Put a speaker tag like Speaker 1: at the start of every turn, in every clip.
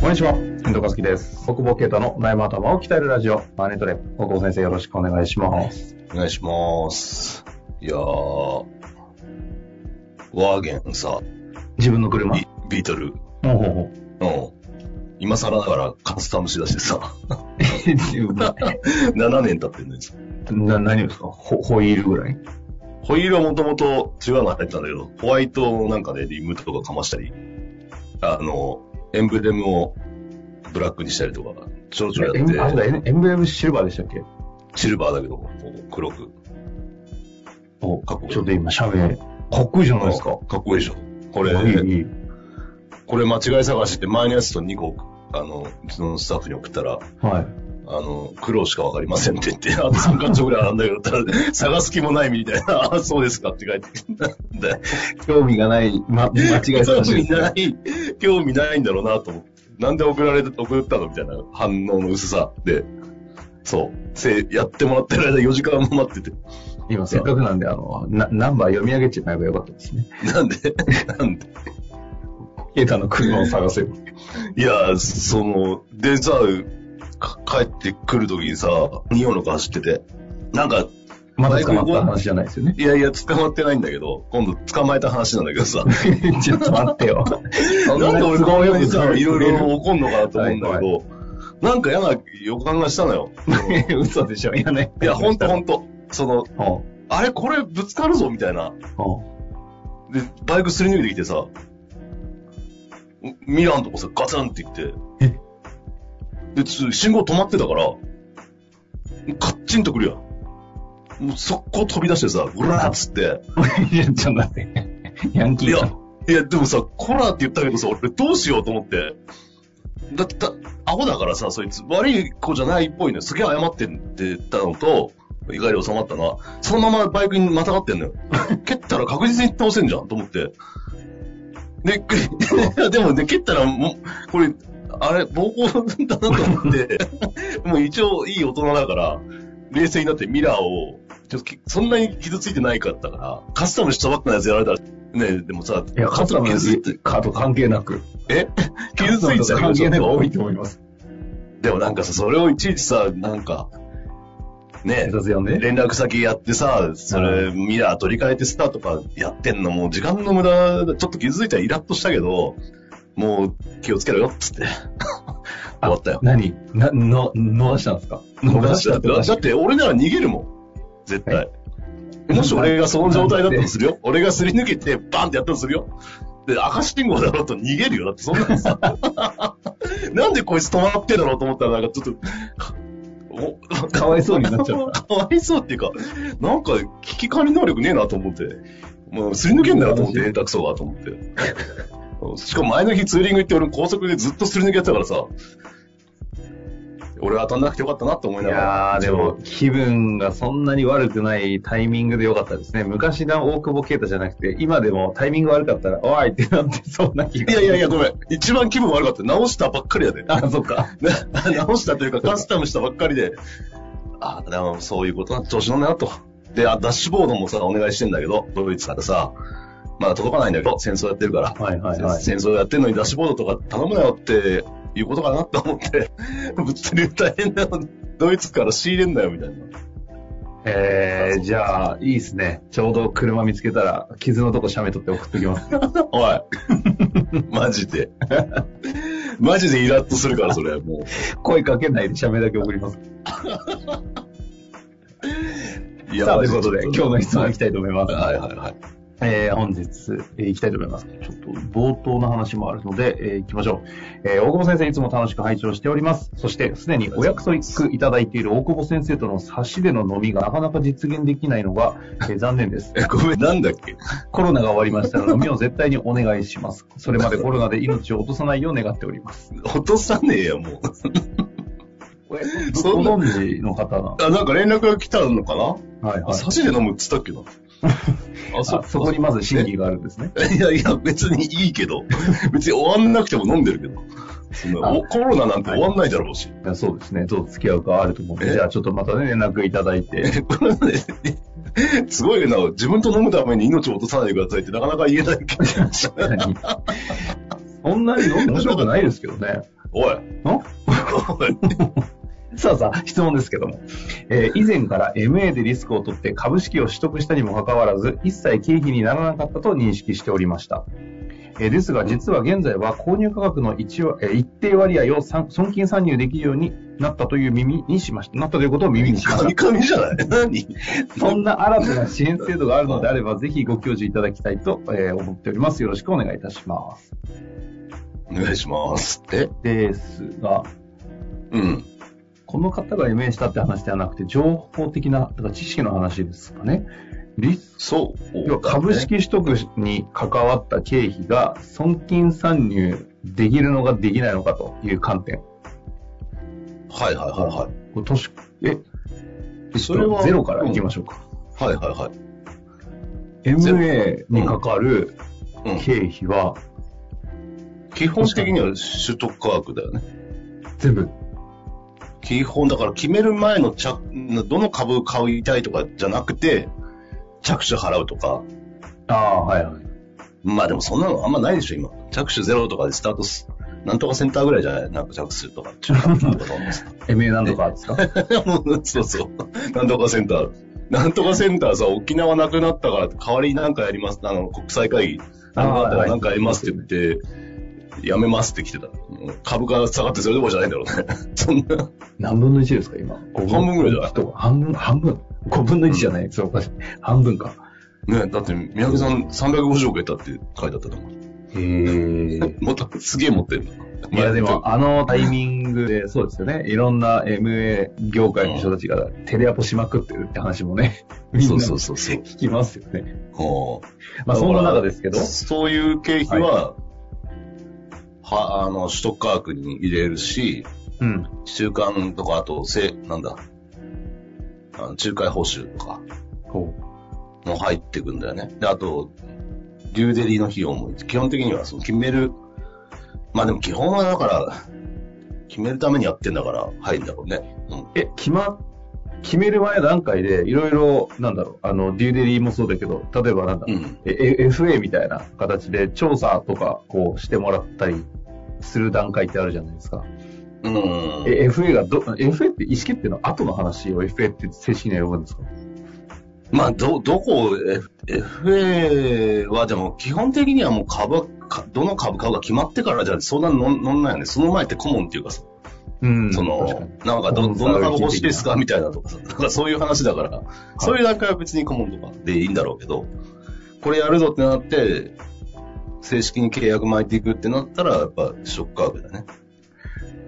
Speaker 1: こんにちは、遠藤和樹です。北方啓太の悩む頭を鍛えるラジオ、マネトレ。北方先生よろしくお願いします。
Speaker 2: お願いします。いやー、ワーゲンさ、
Speaker 1: 自分の車。
Speaker 2: ビビートル、
Speaker 1: ほうほうほう。
Speaker 2: うん。今更ながらカスタムしだしてさ、
Speaker 1: な
Speaker 2: 7年経ってんのにさ。
Speaker 1: 何をですかホホイールぐらい
Speaker 2: ホイールはもともと違うのが入ってたんだけど、ホワイトのなんかね、リムとかかましたり、あの、エンブレムをブラックにしたりとか、ちょろちょろ
Speaker 1: エ
Speaker 2: や
Speaker 1: ンあ
Speaker 2: っ
Speaker 1: そうだ
Speaker 2: て、
Speaker 1: エンエンブレムシルバーでしたっけ
Speaker 2: シルバーだけど、こう黒く。
Speaker 1: お
Speaker 2: かっこいい
Speaker 1: ちょっと今、写メ。かっこいいじゃないですか。
Speaker 2: かっこいいでしょ。これ、
Speaker 1: いいいい
Speaker 2: これ間違い探しって前のやつと2個、あの、うちのスタッフに送ったら、
Speaker 1: はい。
Speaker 2: あの、苦労しかわかりませんって言って、 あと3巻丁ぐらいあるんだけど、ただ探す気もないみたいな、 あ、そうですかって書いて。で
Speaker 1: 興味がない、ま、間違い
Speaker 2: 興
Speaker 1: 探しで
Speaker 2: 味
Speaker 1: すね
Speaker 2: ない、興味ないんだろうなと思って。なんで送られて、送ったのみたいな反応の薄さで、そう。せ、やってもらってる間4時間も待ってて。
Speaker 1: 今、せっかくなんで、あの、なナンバー読み上げちゃえばよかったですね。
Speaker 2: なんで、 なんで。
Speaker 1: 啓太の車を探せば。
Speaker 2: いや、その、で、さ、か帰ってくるときにさ、2の子走ってて、なんか、
Speaker 1: まだ捕まった話じゃないですよね。
Speaker 2: いやいや、捕まってないんだけど、今度捕まえた話なんだけどさ、
Speaker 1: ちょっと待ってよ。
Speaker 2: なんで俺こういうにさ、 いろいろ怒んのかなと思うんだ
Speaker 1: は
Speaker 2: け
Speaker 1: い
Speaker 2: ど、なんか嫌な予感がしたのよ。
Speaker 1: 嘘でしょ、いやね。
Speaker 2: いや、ほんとほ
Speaker 1: ん
Speaker 2: んと。その、
Speaker 1: と。
Speaker 2: あれこれぶつかるぞみたいな。で、バイクすり抜いてきてさ、ミランとこさ、ガツンって言って、
Speaker 1: え
Speaker 2: で、つ信号止まってたから、カッチンとくるやん。もう速攻飛び出してさ、うらーっつって、
Speaker 1: いや ちょっと待って。ヤンキ
Speaker 2: い
Speaker 1: ー
Speaker 2: や
Speaker 1: じゃん。、
Speaker 2: いや、でもさ、コラーって言ったけどさ、俺どうしようと思って。だって、だアホだからさ、そいつ、悪い子じゃないっぽいのよ。すげえ謝ってんって言ったのと、怒り収まったのは、そのままバイクにまたがって んのよ。蹴ったら確実に倒せんじゃんと思って。で、く でもね、蹴ったらもう、これ、あれ、暴行だなと思って、 もう一応いい大人だから、冷静になってミラーを、ちょっときそんなに傷ついてないかったから、カスタムしたばっかのやつやられたら、ね、でもさ、
Speaker 1: いや、カスタム
Speaker 2: 傷ついて、
Speaker 1: カード関係なく。
Speaker 2: え傷ついちゃう
Speaker 1: カ
Speaker 2: よ
Speaker 1: スタムと関係
Speaker 2: ちょっ
Speaker 1: なく
Speaker 2: と
Speaker 1: 多いと思います。
Speaker 2: でもなんかさ、それをいちいちさ、なんか、ね
Speaker 1: 警、察呼んで。
Speaker 2: 連絡先やってさ、それ、ミラー取り替えてスターとかやってんの、もう時間の無駄だ、ちょっと傷ついたらイラッとしたけど、もう気をつけろよ、っつって。 終わったよ。
Speaker 1: 何な、の、逃したんですか
Speaker 2: だって
Speaker 1: って
Speaker 2: だって俺なら逃げるもん。絶対。もし俺がその状態だったとするよ。俺がすり抜けて、バンってやったとするよ。で、赤信号だろうと逃げるよ。だってそんなのさ。 なんでこいつ止まってだろうと思ったら、なんかちょっとか、お
Speaker 1: かわいそうになっちゃっ
Speaker 2: かわいそうっていうか、なんか危機管理能力ねえなと思って。もうすり抜けんなよと思って、下手くそがと思って。しかも前の日ツーリング行って俺高速でずっとすり抜けてたからさ、俺は当たんなくてよかったなと思 い
Speaker 1: い
Speaker 2: ながら。
Speaker 1: やー、でも、気分がそんなに悪くないタイミングでよかったですね。昔の大久保啓太じゃなくて、今でもタイミング悪かったら、おいってなってそうな気
Speaker 2: い
Speaker 1: が。
Speaker 2: やいやいや、ごめん。一番気分悪かった。直したばっかりやで。
Speaker 1: あ、そっか。
Speaker 2: な直したというか、カスタムしたばっかりで。ああ、でもそういうことな、調子乗んなよと。で、あダッシュボードもさ、お願いしてんだけど、ドイツからさ、まだ届かないんだけど、戦争やってるから。
Speaker 1: はいはいはい。
Speaker 2: 戦争やってるのにダッシュボードとか頼むなよっていうことかなと思って、 物流大変だよ。ドイツから仕入れんなよ、みたいな。
Speaker 1: えー、じゃあ、いいですね。ちょうど車見つけたら、傷のとこ写メ撮って送っときます。
Speaker 2: おい。マジで。マジでイラッとするから、それ。もう。
Speaker 1: 声かけないで写メだけ送ります。
Speaker 2: い
Speaker 1: さあ、ということで、今日の質問いき
Speaker 2: た
Speaker 1: たいと思います。
Speaker 2: はいはいはい。
Speaker 1: えー本日、えー行きたいと思います。ちょっと冒頭の話もあるので、えー行きましょう。えー大久保先生いつも楽しく拝聴しております。そして、すでにお約束いただいている大久保先生との差しでの飲みがなかなか実現できないのが、えー残念です。
Speaker 2: え、ごめん、なんだっけ
Speaker 1: コロナが終わりましたら飲みを絶対にお願いします。それまでコロナで命を落とさないよう願っております。
Speaker 2: 落とさねえよ、もう。
Speaker 1: ご
Speaker 2: そんな
Speaker 1: 存知の方な
Speaker 2: あ、なんか連絡が来たのかな、
Speaker 1: はい
Speaker 2: あ、サジで飲むっつったっけな あ、
Speaker 1: あそこにまず審議があるんですね。
Speaker 2: いやいや、別にいいけど。別に終わんなくても飲んでるけど。そんな
Speaker 1: あ
Speaker 2: おコロナなんて終わんないだろうし。
Speaker 1: いやそうですね。どう付き合うかはあると思うんで、
Speaker 2: え
Speaker 1: じゃあちょっとまたね、連絡いただいて。
Speaker 2: これねすごいな、自分と飲むために命を落とさないでくださいっ てなかなか言えないけど。
Speaker 1: そんなに面白くないですけどね。
Speaker 2: おい。
Speaker 1: の
Speaker 2: おい。
Speaker 1: さあさあ、質問ですけども、えー以前から MA でリスクを取って株式を取得したにもかかわらず、一切経費にならなかったと認識しておりました。えーですが、実は現在は購入価格の一割えー一定割合を参損金参入できるようになったという耳にしました。なったということを耳にしました
Speaker 2: 神。々じゃない 何
Speaker 1: そんな新たな支援制度があるのであれば、ぜひご教授いただきたいと、えー思っております。よろしくお願いいたします。
Speaker 2: お願いします。え
Speaker 1: ですが、
Speaker 2: うん。
Speaker 1: この方が MA したって話ではなくて、情報的な、だから知識の話ですかね。リス
Speaker 2: そう。
Speaker 1: 要は株式取得に関わった経費が損金参入できるのかできないのかという観点。
Speaker 2: はいはいは
Speaker 1: これ年、え、
Speaker 2: い。それは。
Speaker 1: ゼロからいきましょうか。
Speaker 2: うんはいはいはい。ゼロ
Speaker 1: MA に関わる
Speaker 2: うん
Speaker 1: 経費は
Speaker 2: 基本的には取得価格だよね。
Speaker 1: 全部。
Speaker 2: 基本、だから決める前の着、どの株買いたいとかじゃなくて、着手払うとか。
Speaker 1: ああ、はいはい。
Speaker 2: まあでもそんなのあんまないでしょ、今。着手ゼロとかでスタートす。なんとかセンターぐらいじゃないなんか着手とか。中間とかどうなんですか
Speaker 1: MA なんとかですか
Speaker 2: そうそう。なんとかセンター。なんとかセンターさ、沖縄なくなったから代わりになんかやります。あの、国際会議。なんかあったらなんかやりますって言って、やめますって来てた。もう株価が下がってそれどころじゃないんだろうね。 そんな。
Speaker 1: 何分の1ですか今。
Speaker 2: 半分ぐらいじゃない
Speaker 1: 人が半分、半分。5分の1じゃない、そうか。半分か。
Speaker 2: ね、だって、三宅さん350億得たって書いてあったと思う。
Speaker 1: へえ。
Speaker 2: もっとすげえ持ってるの。
Speaker 1: いや、でも、あのタイミングで、 そうですよね。いろんな MA 業界の人たちがテレアポしまくってるって話もね、みん
Speaker 2: そう
Speaker 1: な
Speaker 2: そう
Speaker 1: 聞
Speaker 2: そうそう。
Speaker 1: きますよね。
Speaker 2: は
Speaker 1: まあ、そんな中ですけど、
Speaker 2: そういう経費は、は、あの、首都価格に入れるし、
Speaker 1: うん。
Speaker 2: 中間とか、あと、せ、なんだ、あの仲介報酬とか
Speaker 1: こう。
Speaker 2: も入ってくんだよね。で、あと、デューデリの費用も、基本的には、その、決める、まあでも基本はだから、決めるためにやってんだから、入るんだろうね。うん。
Speaker 1: え、決ま、決める前段階で、いろいろ、なんだろう、あの、デューデリーもそうだけど、例えばなんだろう、
Speaker 2: うん
Speaker 1: ええ FA みたいな形で調査とか、こう、してもらったりする段階ってあるじゃないですか。
Speaker 2: うん。
Speaker 1: え、FA がど、FA って意思決定の後の話を FA って正式には呼ぶんですか
Speaker 2: まあ、ど、どこを、F- FA はでも基本的にはもう株、かどの株買うか決まってからじゃそんなの乗んないよね。その前って顧問っていうかさ、
Speaker 1: うん
Speaker 2: そ
Speaker 1: 確かに
Speaker 2: の、なんか
Speaker 1: コ
Speaker 2: ど、
Speaker 1: モン
Speaker 2: どんな株欲しいですかみたいなとかさ、なんかそういう話だから、そういう段階は別に顧問とかでいいんだろうけど、これやるぞってなって、正式に契約巻いていくってなったら、やっぱショックアウトだね。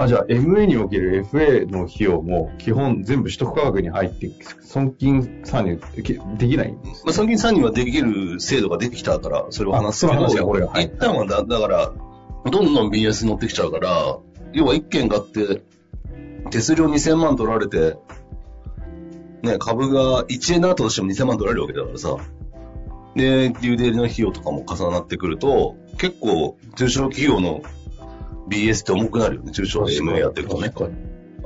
Speaker 1: あじゃあ、MA における FA の費用も、基本全部取得価格に入って、損金参入できできないんです。
Speaker 2: まあ、参議院参人はできる制度ができたから、それを話すけ
Speaker 1: あその話が
Speaker 2: ど、
Speaker 1: これがはい
Speaker 2: 一旦はだ、だから、どんどん BS に乗ってきちゃうから、要は一件買って、手数料2000万取られて、ね、株が1円だったとしても2000万取られるわけだからさ。で、デューデリの費用とかも重なってくると、結構、中小企業の BS って重くなるよね。中小で MA やってるとね。
Speaker 1: 確かに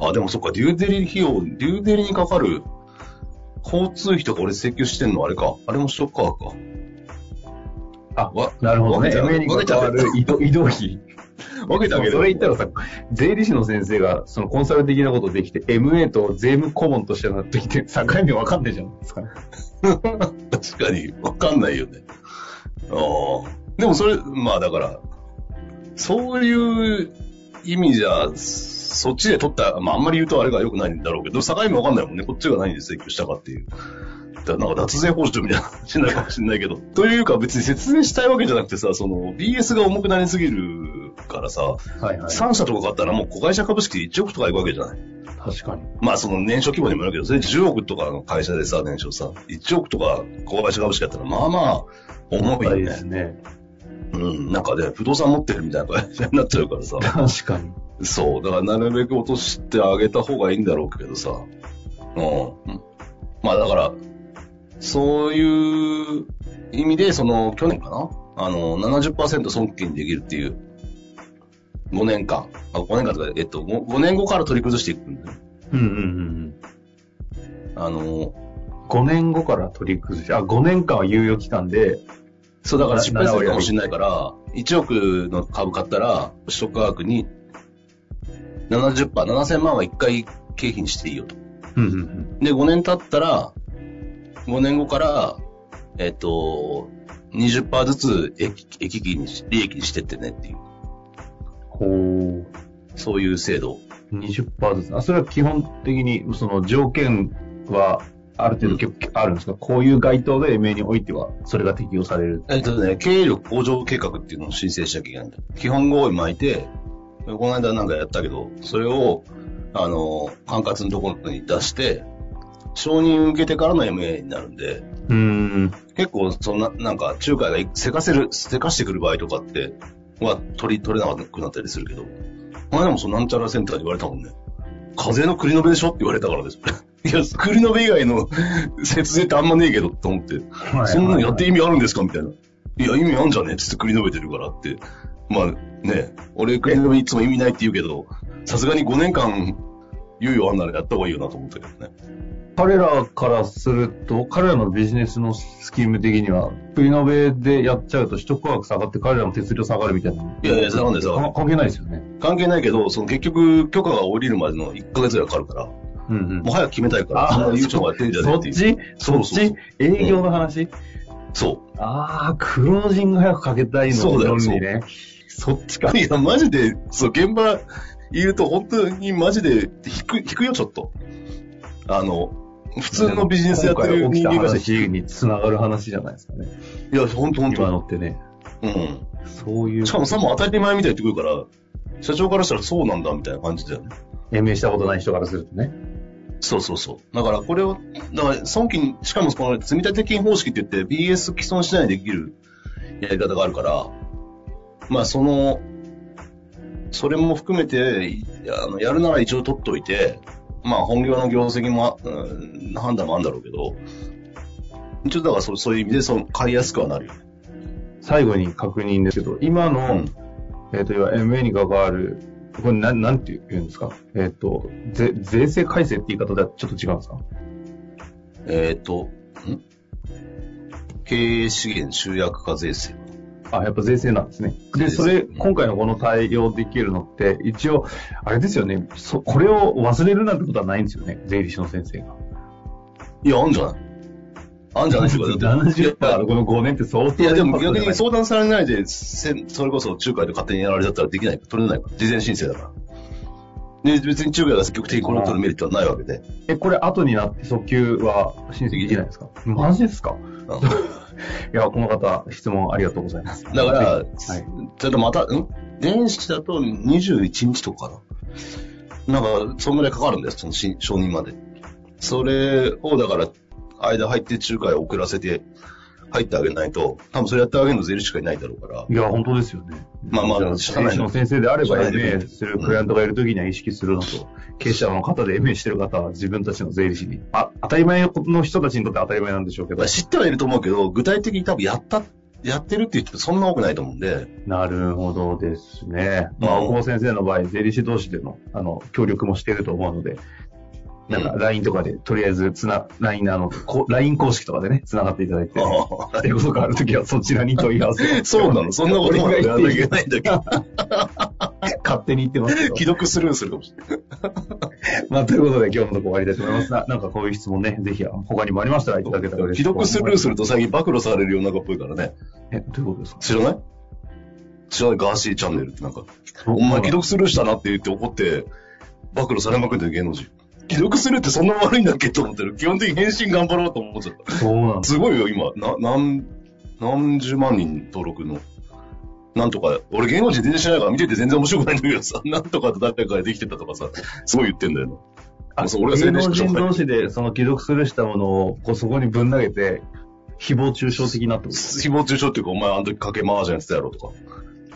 Speaker 2: あ、でもそっか、デューデリ費用、デューデリにかかる交通費とか俺請求してんのあれか。あれも取得価格か。
Speaker 1: あ
Speaker 2: わ、
Speaker 1: なるほどね。
Speaker 2: 分
Speaker 1: MA
Speaker 2: け
Speaker 1: に
Speaker 2: ちゃ
Speaker 1: 関
Speaker 2: う
Speaker 1: わる移動移動 費。
Speaker 2: 分けてあげる。
Speaker 1: それ言ったらさ、税理士の先生がそのコンサル的なことできて、MA と税務顧問としてなってきて、境目わかんないじゃないですか。
Speaker 2: 確かに、わかんないよね。ああ。でもそれ、まあだから、そういう意味じゃ、そっちで取った、まああんまり言うとあれが良くないんだろうけど、境目わかんないもんね。こっちが何で請求したかっていう。だからなんか脱税報酬みたいな話になるかもしれないけど。というか別に説明したいわけじゃなくてさ、その BS が重くなりすぎるからさ、
Speaker 1: はいは
Speaker 2: 3社とか買ったらもう子会社株式で1億とかいくわけじゃない
Speaker 1: 確かに。
Speaker 2: まあその年商規模にもよるけど、それ10億とかの会社でさ、年商さ、1億とか子会社株式だったら、まあまあ、重いよ
Speaker 1: いで
Speaker 2: ね
Speaker 1: す。ね。
Speaker 2: うん。なんかね、不動産持ってるみたいな会社になっちゃうからさ。
Speaker 1: 確かに。
Speaker 2: そう。だからなるべく落としてあげた方がいいんだろうけどさ。うん。まあだから、そういう意味で、その、去年かなあの、70%損金できるっていう、5年間。あ、5年間とか、えっと5、5年後から取り崩していくんだよね。
Speaker 1: うんうんうん
Speaker 2: あの、
Speaker 1: うん。5年後から取り崩し、あ、5年間は猶予期間で、
Speaker 2: そう、だから
Speaker 1: な
Speaker 2: 失敗するかも
Speaker 1: 7
Speaker 2: しれないから、1億の株買ったら、取得価格に70%、7000万は1回経費にしていいよと。
Speaker 1: うんうんうん。
Speaker 2: で、5年経ったら、5年後から、えっと、20%ずつ益益金にし、利益にしてってねっていう、
Speaker 1: ほう。
Speaker 2: そういう制度。
Speaker 1: 20%ずつ。あ、それは基本的に、その条件は、ある程度結構あるんですか、こういう該当で MA においては、それが適用される。
Speaker 2: えっとね、経営力向上計画っていうのを申請しなきゃいけないんだよ。基本合意巻いて、この間なんかやったけど、それを、あの、管轄のところに出して、承認受けてからの MA になるんで、
Speaker 1: うーん。
Speaker 2: 結構、そんな、なんか、仲介がせかせる、せかしてくる場合とかって、は取り、取れなくなったりするけど、前でもそのなんちゃらセンターに言われたもんね。風邪の栗のべでしょって言われたからです。 いや、栗のべ以外の節税ってあんまねえけどと思って、そんなのやって意味あるんですかみたいな。いや、意味あんじゃねえっつって栗のべてるからって。まあね、俺栗のべいつも意味ないって言うけど、さすがに5年間、猶予あんならやった方がいいよなと思ったけどね。
Speaker 1: 彼らからすると、彼らのビジネスのスキーム的には、国の上でやっちゃうと、取得価格下がって彼らの手数料下がるみたいな。
Speaker 2: いやいや下がんない下がんな
Speaker 1: か関係ないですよね。
Speaker 2: 関係ないけど、その結局許可が降りるまでの1ヶ月ぐらいかかるから、
Speaker 1: うんうん
Speaker 2: もう早く決めたいから、
Speaker 1: あ
Speaker 2: そんな悠長がやってんじゃねえ
Speaker 1: そ
Speaker 2: っ
Speaker 1: って
Speaker 2: いう。
Speaker 1: ち
Speaker 2: そ
Speaker 1: そうっ
Speaker 2: そうそう
Speaker 1: ち営業の話、
Speaker 2: そ
Speaker 1: ああ、クロージング早くかけたいの
Speaker 2: そうだよ
Speaker 1: 論理ね。そっちか
Speaker 2: う。。いや、マジで、そう、現場いると本当にマジで引く、引くよ、ちょっと。あの、普通のビジネスやって
Speaker 1: 今
Speaker 2: る
Speaker 1: 回起き
Speaker 2: 人
Speaker 1: た
Speaker 2: 間からして、
Speaker 1: 話に繋がる話じゃないですかね。
Speaker 2: いや、本当本
Speaker 1: 今
Speaker 2: 当
Speaker 1: のってね。
Speaker 2: うん。
Speaker 1: そういう。
Speaker 2: しかもさも当たり前みたいに言ってくるから、社長からしたらそうなんだ、みたいな感じだよね。
Speaker 1: 延命したことない人からするとね。
Speaker 2: そうそうそう。だからこれを、だから損金、しかもこの積立金方式って言って BS 既存しないでできるやり方があるから、まあその、それも含めて、いあのやるなら一応取っておいて、まあ本業の業績も、うん、判断もあるんだろうけど、一応だからそそういう意味でその買いやすくはなるよね。
Speaker 1: 最後に確認ですけど、今の、
Speaker 2: うん
Speaker 1: えっ、と、いわゆる MA に関わる、これなん、なんて言うんですかえっ、と、ぜ、税制改正って言い方ではちょっと違うんですか
Speaker 2: えっ、と、ん経営資源集約化税制。
Speaker 1: あ、やっぱ税制なんですね。で、そ
Speaker 2: 税
Speaker 1: れ、
Speaker 2: 制うん
Speaker 1: 今回のこの対応できるのって、一応、あれですよね、そ、これを忘れるなんてことはないんですよね、税理士の先生が。
Speaker 2: いや、あんじゃないあんじゃないっていうかだっていや
Speaker 1: 70からこの5年って相当
Speaker 2: いや、でも逆に
Speaker 1: そ
Speaker 2: 相談されないで、せんそれこそ仲介で勝手にやられちゃったらできない、取れないから、事前申請だから。で、別に仲介が積極的にこの取るメリットはないわけ で。
Speaker 1: え、これ後になって訴求は申請できないですかマジですか
Speaker 2: うん
Speaker 1: いや、この方、質問ありがとうございます。
Speaker 2: だから、
Speaker 1: はい。
Speaker 2: ちょっとまた、ん電子だと21日とかかな。なんか、そんぐらいかかるんだよ、そのし承認まで。それを、だから、間入って仲介を遅らせて、入ってあげないと、多分それやってあげるの税理士しかいないだろうから。
Speaker 1: いや、本当ですよね。
Speaker 2: まあまあ
Speaker 1: じゃ
Speaker 2: 社
Speaker 1: 経営
Speaker 2: 内
Speaker 1: 士
Speaker 2: の
Speaker 1: の先生であれば
Speaker 2: 社内で
Speaker 1: MA するクライアントがいるときには意識するのと、経営者の方で MA してる方は自分たちの税理士に、あ、当たり前の人たちにとっては当たり前なんでしょうけ
Speaker 2: ま
Speaker 1: ど
Speaker 2: あ、知ってはいると思うけど、具体的に多分やった、やってるっていう人そんな多くないと思うんで。
Speaker 1: なるほどですね。まあ、
Speaker 2: うん
Speaker 1: 大久保先生の場合、税理士同士での、あの、協力もしていると思うので、なんか、
Speaker 2: う
Speaker 1: LINE とかで、とりあえず、つな、LINE のあの、こ LINE 公式とかでね、繋がっていただいて、
Speaker 2: ああ。
Speaker 1: っていうことがあるときは、そちらに問い合わせ
Speaker 2: そうなのそんなことま
Speaker 1: が
Speaker 2: でやらなきゃいけ
Speaker 1: 勝
Speaker 2: ないんだけど、
Speaker 1: 手に言ってます けど。
Speaker 2: 既読スルーするかもしれない。
Speaker 1: まあ、ということで、今日のとこ終わりたいと思いますな。なんかこういう質問ね、ぜひ、あの他にもありましたらいただけたら嬉しい
Speaker 2: 既
Speaker 1: と思い
Speaker 2: 読
Speaker 1: ます。
Speaker 2: スルーすると最近暴露される世の中っぽいからね。
Speaker 1: え、どういうことですか
Speaker 2: 知らない知らないガーシーチャンネルってなんか、お前既読スルーしたなって言って怒って、暴露されまくってる芸能人。既読スルーってそんな悪いんだっけと思ってる。基本的に返信頑張ろうと思っちゃった。
Speaker 1: そうなんです。
Speaker 2: すごいよ、今。な、何、何十万人登録の。なんとか、俺芸能人全然知らないから見てて全然面白くないんだけどさ、 なんとかと誰かができてたとかさ、すごい言ってんだよね。もうそう俺は
Speaker 1: 芸
Speaker 2: 宣伝し
Speaker 1: 能
Speaker 2: ましょう
Speaker 1: 人同士で、その既読スルーしたものを、こう、そこにぶん投げて、誹謗中傷的なってことです
Speaker 2: 誹謗中傷っていうか、お前あの時かけ麻雀やってたやろとか。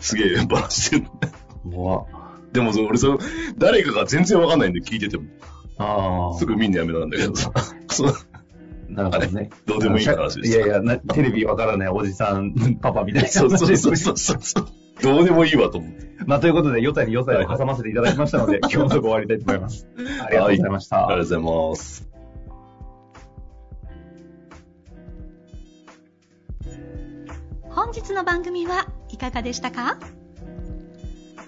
Speaker 2: すげえバラしてる。
Speaker 1: 怖っ
Speaker 2: でもそう俺その、誰かが全然わかんないんで聞いてても、
Speaker 1: ああ。
Speaker 2: すぐ見んのやめなんだけどさ。 そう
Speaker 1: なるほどね。
Speaker 2: どうでもいい話で
Speaker 1: い
Speaker 2: した
Speaker 1: やいや、なテレビわからないおじさん、 パパみたいな
Speaker 2: そう
Speaker 1: 話
Speaker 2: そう
Speaker 1: です
Speaker 2: そう
Speaker 1: ね。
Speaker 2: そうそうそう。どうでもいいわと思って。
Speaker 1: まあ、ということで、与太に与太を挟ませていただきました ので、今日のとこ終わりたいと思います。ありがとうございました。
Speaker 2: ありがとうございます。
Speaker 3: 本日の番組はいかがでしたか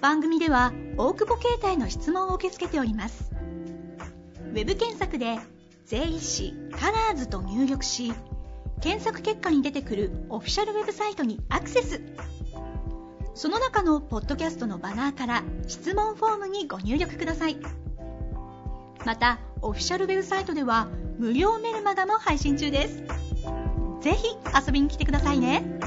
Speaker 3: 番組では大久保携帯の質問を受け付けておりますウェブ検索で「税理士カラーズと入力し検索結果に出てくるオフィシャルウェブサイトにアクセスその中のポッドキャストのバナーから質問フォームにご入力くださいまたオフィシャルウェブサイトでは無料メルマガも配信中ですぜひ遊びに来てくださいね